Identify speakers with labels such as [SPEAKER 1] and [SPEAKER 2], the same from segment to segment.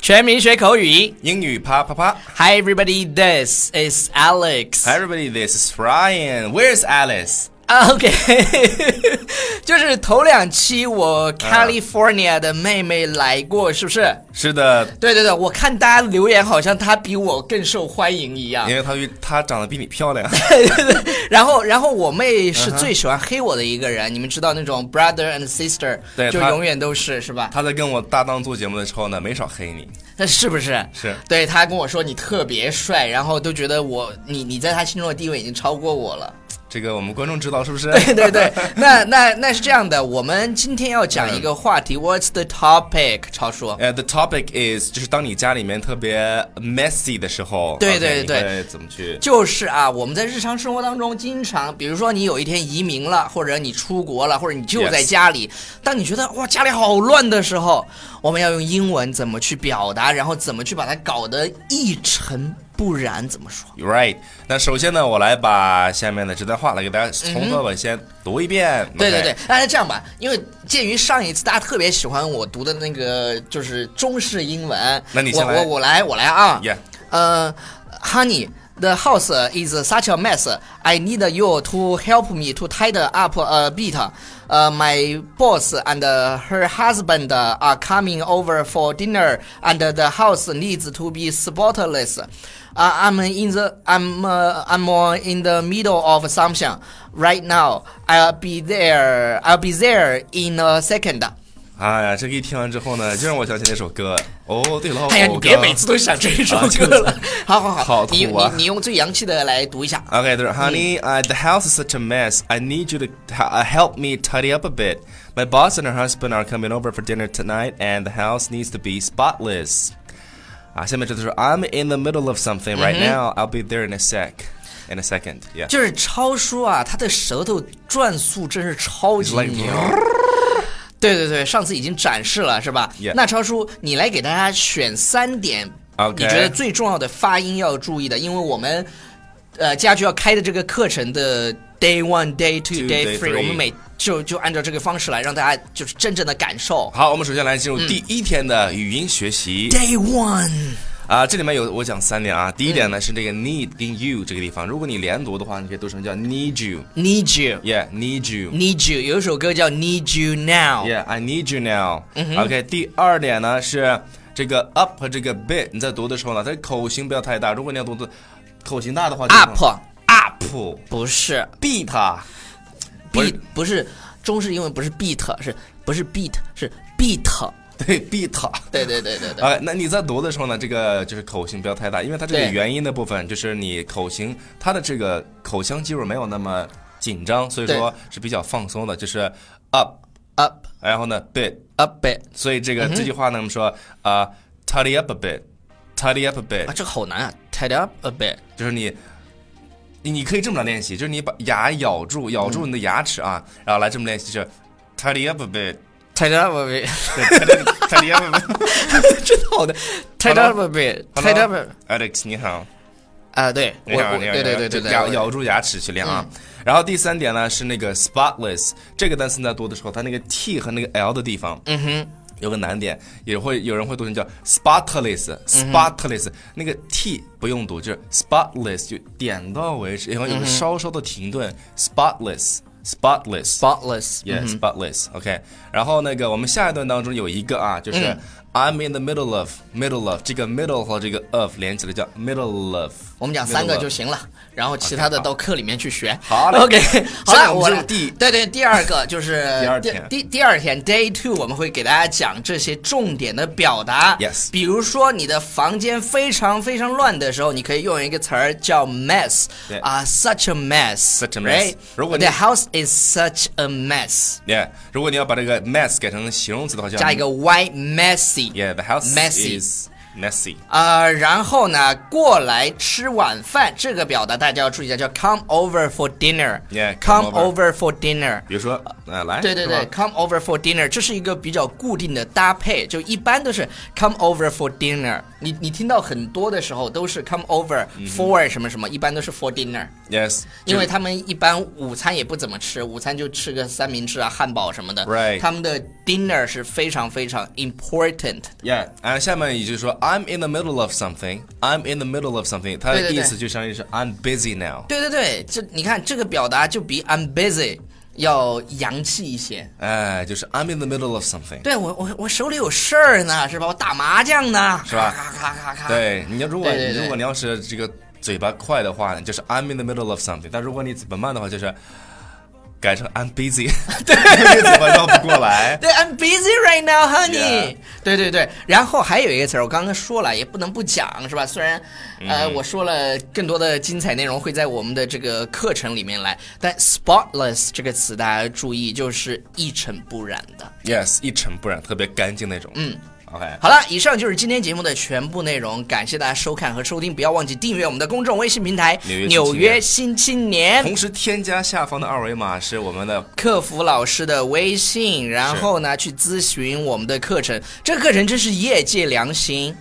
[SPEAKER 1] 全民学口语。
[SPEAKER 2] 英语啪啪啪
[SPEAKER 1] Hi everybody, this is Alex.
[SPEAKER 2] Hi everybody, this is Ryan. Where's Alice?
[SPEAKER 1] OK，就是 头两期我 California 的妹妹来过，是不是？
[SPEAKER 2] 是的，
[SPEAKER 1] 对对对，我看大家留言好像她比我更受欢迎一样
[SPEAKER 2] 因。为她比她长得比你 漂亮。
[SPEAKER 1] 对对对， 然后然后我妹是最喜欢黑我的一个人，你们知道那种 brother and sister，
[SPEAKER 2] 对
[SPEAKER 1] 就
[SPEAKER 2] 她
[SPEAKER 1] 永远都是是吧？
[SPEAKER 2] 她在跟我搭档做节目的时候呢，没少黑你。
[SPEAKER 1] 那是不是？
[SPEAKER 2] 是
[SPEAKER 1] 对她跟我说你特别帅，然后都觉得我你你在她心中的地位已经超过我了。
[SPEAKER 2] 这个我们观众知道是不是？
[SPEAKER 1] 对对 对，那那那是这样的，我们今天要讲一个话题、w
[SPEAKER 2] 嗯
[SPEAKER 1] h a t s the topic？超叔，
[SPEAKER 2] 呃、t h e topic is 就是当你家里面特别 messy 的时候，
[SPEAKER 1] 对
[SPEAKER 2] OK，
[SPEAKER 1] 对
[SPEAKER 2] 你
[SPEAKER 1] 对
[SPEAKER 2] 会怎么去？
[SPEAKER 1] 就是啊，我们在日常生活当中，经常，比如说你有一天移民了，或者你出国了，或者你就
[SPEAKER 2] Yes
[SPEAKER 1] 在家里当你觉得哇家里好乱的时候，我们要用英文怎么去表达，然后怎么去把它搞得一尘不染，怎么说？
[SPEAKER 2] You're Right，那首先呢，我来把下面的这段话来给大家从头到尾先读一遍。
[SPEAKER 1] 对对
[SPEAKER 2] OK
[SPEAKER 1] 对，那就这样吧，因为鉴于上一次大家特别喜欢我读的那个就是中式英文，
[SPEAKER 2] 那你
[SPEAKER 1] 我
[SPEAKER 2] 先来
[SPEAKER 1] 我我来我来啊
[SPEAKER 2] Yeah
[SPEAKER 1] 呃，Honey。The house is such a mess. I need you to help me to tidy up a bit. Uh, my boss and her husband are coming over for dinner, and the house needs to be spotless. Uh, I'm in the I'm uh, I'm uh, in the middle of something right now. I'll be there. I'll be there in a second.
[SPEAKER 2] 哎呀，这个一听完之后呢，就让我想起那首歌。哦，对了，
[SPEAKER 1] 哎呀，
[SPEAKER 2] 我
[SPEAKER 1] 你别
[SPEAKER 2] 刚
[SPEAKER 1] 每次都想这首
[SPEAKER 2] 啊
[SPEAKER 1] 歌了。好好好，
[SPEAKER 2] 好
[SPEAKER 1] 你
[SPEAKER 2] 土啊
[SPEAKER 1] 你你用最洋气的来读一下。
[SPEAKER 2] Okay, there, honey, uh, the house is such a mess. I need you to t- uh, help me tidy up a bit. My boss and her husband are coming over for dinner tonight, and the house needs to be spotless. 啊，下面这就是 I'm in the middle of something right now. I'll be there in a sec. In a second, yeah.
[SPEAKER 1] 就是超叔啊，他的舌头转速真是超级
[SPEAKER 2] It's like-
[SPEAKER 1] 牛。对对对，上次已经展示了是吧
[SPEAKER 2] Yeah
[SPEAKER 1] 那超叔，你来给大家选三点
[SPEAKER 2] OK
[SPEAKER 1] 你觉得最重要的发音要注意的，因为我们呃家具要开的这个课程的 day one day two
[SPEAKER 2] Two,
[SPEAKER 1] day
[SPEAKER 2] day
[SPEAKER 1] three，
[SPEAKER 2] three
[SPEAKER 1] 我们每就就按照这个方式来让大家就是真正的感受。
[SPEAKER 2] 好，我们首先来进入第一天的语音学习。
[SPEAKER 1] Day one，
[SPEAKER 2] 啊，这里面有我讲三点啊。第一点呢、是这个 need 跟 you 这个地方，如果你连读的话，你可以读成叫 need you，yeah
[SPEAKER 1] need you，need
[SPEAKER 2] need
[SPEAKER 1] you，
[SPEAKER 2] you。
[SPEAKER 1] 有一首歌叫 Need you now。
[SPEAKER 2] Yeah, I need you now.
[SPEAKER 1] 嗯
[SPEAKER 2] OK，第二点呢是这个 up 和这个 bit，你在读的时候呢，它口型不要太大。如果你要读的口型大的话就
[SPEAKER 1] up
[SPEAKER 2] up
[SPEAKER 1] 不是
[SPEAKER 2] beat 不是
[SPEAKER 1] beat 不是中式英文不是 beat 是不是 beat 是 beat
[SPEAKER 2] 对 beat。
[SPEAKER 1] 对对对对对，
[SPEAKER 2] 啊，那你在读的时候呢，这个就是口型不要太大，因为它这个
[SPEAKER 1] 对
[SPEAKER 2] 元音的部分就是你口型，它的这个口腔肌肉没有那么紧张，所以
[SPEAKER 1] 对
[SPEAKER 2] 说是比较放松的，就是 up，
[SPEAKER 1] up
[SPEAKER 2] 然后呢 bit，
[SPEAKER 1] up bit
[SPEAKER 2] 所以这
[SPEAKER 1] 嗯
[SPEAKER 2] 个这句话呢，我们说啊、t i d y up a bit，tidy up a bit，
[SPEAKER 1] 啊，这个好难啊，tied up a bit
[SPEAKER 2] 就是你，你你可以这么来练习，就是你把牙咬住，咬住你的牙齿啊，然后来这么练习，就是 tidy up a bit，tidy
[SPEAKER 1] tied up a bit，
[SPEAKER 2] tidy up a bit。
[SPEAKER 1] 真的好难，tied up a bit，tied up a-
[SPEAKER 2] Alex，你好，
[SPEAKER 1] 啊，对我
[SPEAKER 2] 你好，
[SPEAKER 1] 我
[SPEAKER 2] 你好，
[SPEAKER 1] 对对
[SPEAKER 2] 你好
[SPEAKER 1] 对对
[SPEAKER 2] 就
[SPEAKER 1] 对，
[SPEAKER 2] 咬
[SPEAKER 1] 我嗯
[SPEAKER 2] 咬住牙齿去练啊。然后第三点呢是那个 spotless 这个单词在读的时候，它那个 t 和那个 l 的地方，嗯哼。有个难点，也会有人会读成叫
[SPEAKER 1] 嗯
[SPEAKER 2] spotless，spotless，、那个 t 不用读，就是 spotless，就点到为止，然后有
[SPEAKER 1] 嗯
[SPEAKER 2] 个稍稍的停顿、s p o t l e s s p o t l e s s
[SPEAKER 1] spotless 嗯
[SPEAKER 2] Yeah, spotless. OK，然后那个我们下一段当中有一个啊，就是
[SPEAKER 1] 嗯
[SPEAKER 2] I'm in the middle of middle of 这个 middle 和这个 of 连起来叫 middle of。
[SPEAKER 1] 我们讲三个
[SPEAKER 2] middle of
[SPEAKER 1] 就行了，然后其他的到课里面去学。
[SPEAKER 2] 好嘞
[SPEAKER 1] o k 好
[SPEAKER 2] 现在
[SPEAKER 1] 了，
[SPEAKER 2] 我
[SPEAKER 1] 我
[SPEAKER 2] 们进入
[SPEAKER 1] 来
[SPEAKER 2] 第
[SPEAKER 1] 对对，第二个就是
[SPEAKER 2] 第二天
[SPEAKER 1] 第第二天 day two 我们会给大家讲这些重点的表达。
[SPEAKER 2] Yes
[SPEAKER 1] 比如说你的房间非常非常乱的时候，你可以用一个词儿叫 mess
[SPEAKER 2] 对
[SPEAKER 1] 啊、s u c h a mess。
[SPEAKER 2] Such a mess 如果你
[SPEAKER 1] the house is such a mess，
[SPEAKER 2] Yeah，如果你要把这个 mess 改成形容词的话，叫
[SPEAKER 1] 加一个 y messy。
[SPEAKER 2] Yeah，the house
[SPEAKER 1] messy
[SPEAKER 2] is messy。
[SPEAKER 1] 啊、然后呢，过来吃晚饭这个表达大家要注意一下，叫 come over for dinner。
[SPEAKER 2] Yeah,
[SPEAKER 1] come
[SPEAKER 2] come
[SPEAKER 1] over for dinner。
[SPEAKER 2] 比如说，呃，来，
[SPEAKER 1] 对对对
[SPEAKER 2] 是吧
[SPEAKER 1] ，come over for dinner，这是一个比较固定的搭配，就一般都是 come over for dinner 你。你听到很多的时候都是 come over for 什么什么，一般都是 for dinner，
[SPEAKER 2] ，yes，
[SPEAKER 1] 因为他们一般午餐也不怎么吃，午餐就吃个三明治啊、汉堡什么的。
[SPEAKER 2] Right
[SPEAKER 1] 他们的 dinner 是非常非常 important。
[SPEAKER 2] Yeah，然后下面也就是说，I'm in the middle of something，I'm in the middle of something，它
[SPEAKER 1] 对
[SPEAKER 2] 的
[SPEAKER 1] 对对
[SPEAKER 2] 意思就相当于是 I'm busy now。
[SPEAKER 1] 对对对，这你看这个表达就比 I'm busy 要洋气一些。
[SPEAKER 2] 哎，就是 I'm in the middle of something。
[SPEAKER 1] 对我我我手里有事儿呢，是吧？我打麻将呢，
[SPEAKER 2] 是吧
[SPEAKER 1] 咔咔咔咔咔。
[SPEAKER 2] 对，你要如果
[SPEAKER 1] 对对对
[SPEAKER 2] 如果你要是这个嘴巴快的话，就是 I'm in the middle of something。但如果你嘴巴慢的话，就是改成 I'm busy，对， 因为嘴巴绕不过来。
[SPEAKER 1] 对，I'm busy right now, honey。
[SPEAKER 2] Yeah
[SPEAKER 1] 对对对，然后还有一个词儿，我刚刚说了，也不能不讲，是吧？虽然，
[SPEAKER 2] 嗯
[SPEAKER 1] 呃，我说了更多的精彩内容会在我们的这个课程里面来，但 spotless 这个词大家要注意，就是一尘不染的。
[SPEAKER 2] Yes，一尘不染，特别干净那种。嗯，OK，
[SPEAKER 1] 好了，以上就是今天节目的全部内容，感谢大家收看和收听，不要忘记订阅我们的公众微信平台《纽
[SPEAKER 2] 纽约新青
[SPEAKER 1] 约
[SPEAKER 2] 年
[SPEAKER 1] 新青年》。
[SPEAKER 2] 同时添加下方的二维码是我们的
[SPEAKER 1] 客服老师的微信，然后呢去咨询我们的课程。这个课程真是业界良心。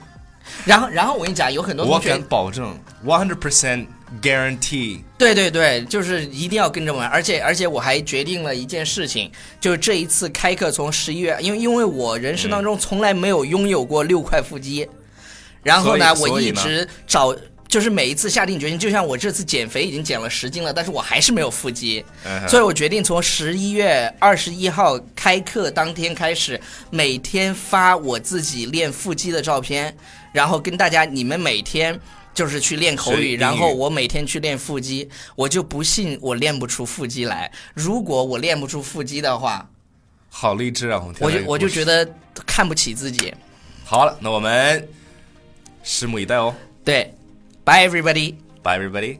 [SPEAKER 1] 然后，然后我跟你讲，有很多
[SPEAKER 2] 我
[SPEAKER 1] 同学
[SPEAKER 2] 敢，保证，one hundred percent guarantee。
[SPEAKER 1] 对对对，就是一定要跟着我们。而且，而且我还决定了一件事情，就是这一次开课从十一月，因为因为我人生当中从来没有拥有过六块腹肌，然后呢，
[SPEAKER 2] 所以
[SPEAKER 1] 我
[SPEAKER 2] 所以
[SPEAKER 1] 一
[SPEAKER 2] 呢
[SPEAKER 1] 直找。就是每一次下定决心，就像我这次减肥已经减了十斤了，但是我还是没有腹肌。
[SPEAKER 2] 嗯哼
[SPEAKER 1] 所以我决定从十一月二十一号开课当天开始，每天发我自己练腹肌的照片，然后跟大家你们每天就是去练口
[SPEAKER 2] 学
[SPEAKER 1] 语，
[SPEAKER 2] 英语
[SPEAKER 1] 然后我每天去练腹肌，我就不信我练不出腹肌来。如果我练不出腹肌的话，
[SPEAKER 2] 好励志啊！我听
[SPEAKER 1] 我
[SPEAKER 2] 到
[SPEAKER 1] 就
[SPEAKER 2] 这个
[SPEAKER 1] 我就
[SPEAKER 2] 故
[SPEAKER 1] 觉
[SPEAKER 2] 事
[SPEAKER 1] 得看不起自己。
[SPEAKER 2] 好了，那我们拭目以待哦。哦
[SPEAKER 1] 对，Bye everybody。
[SPEAKER 2] Bye everybody。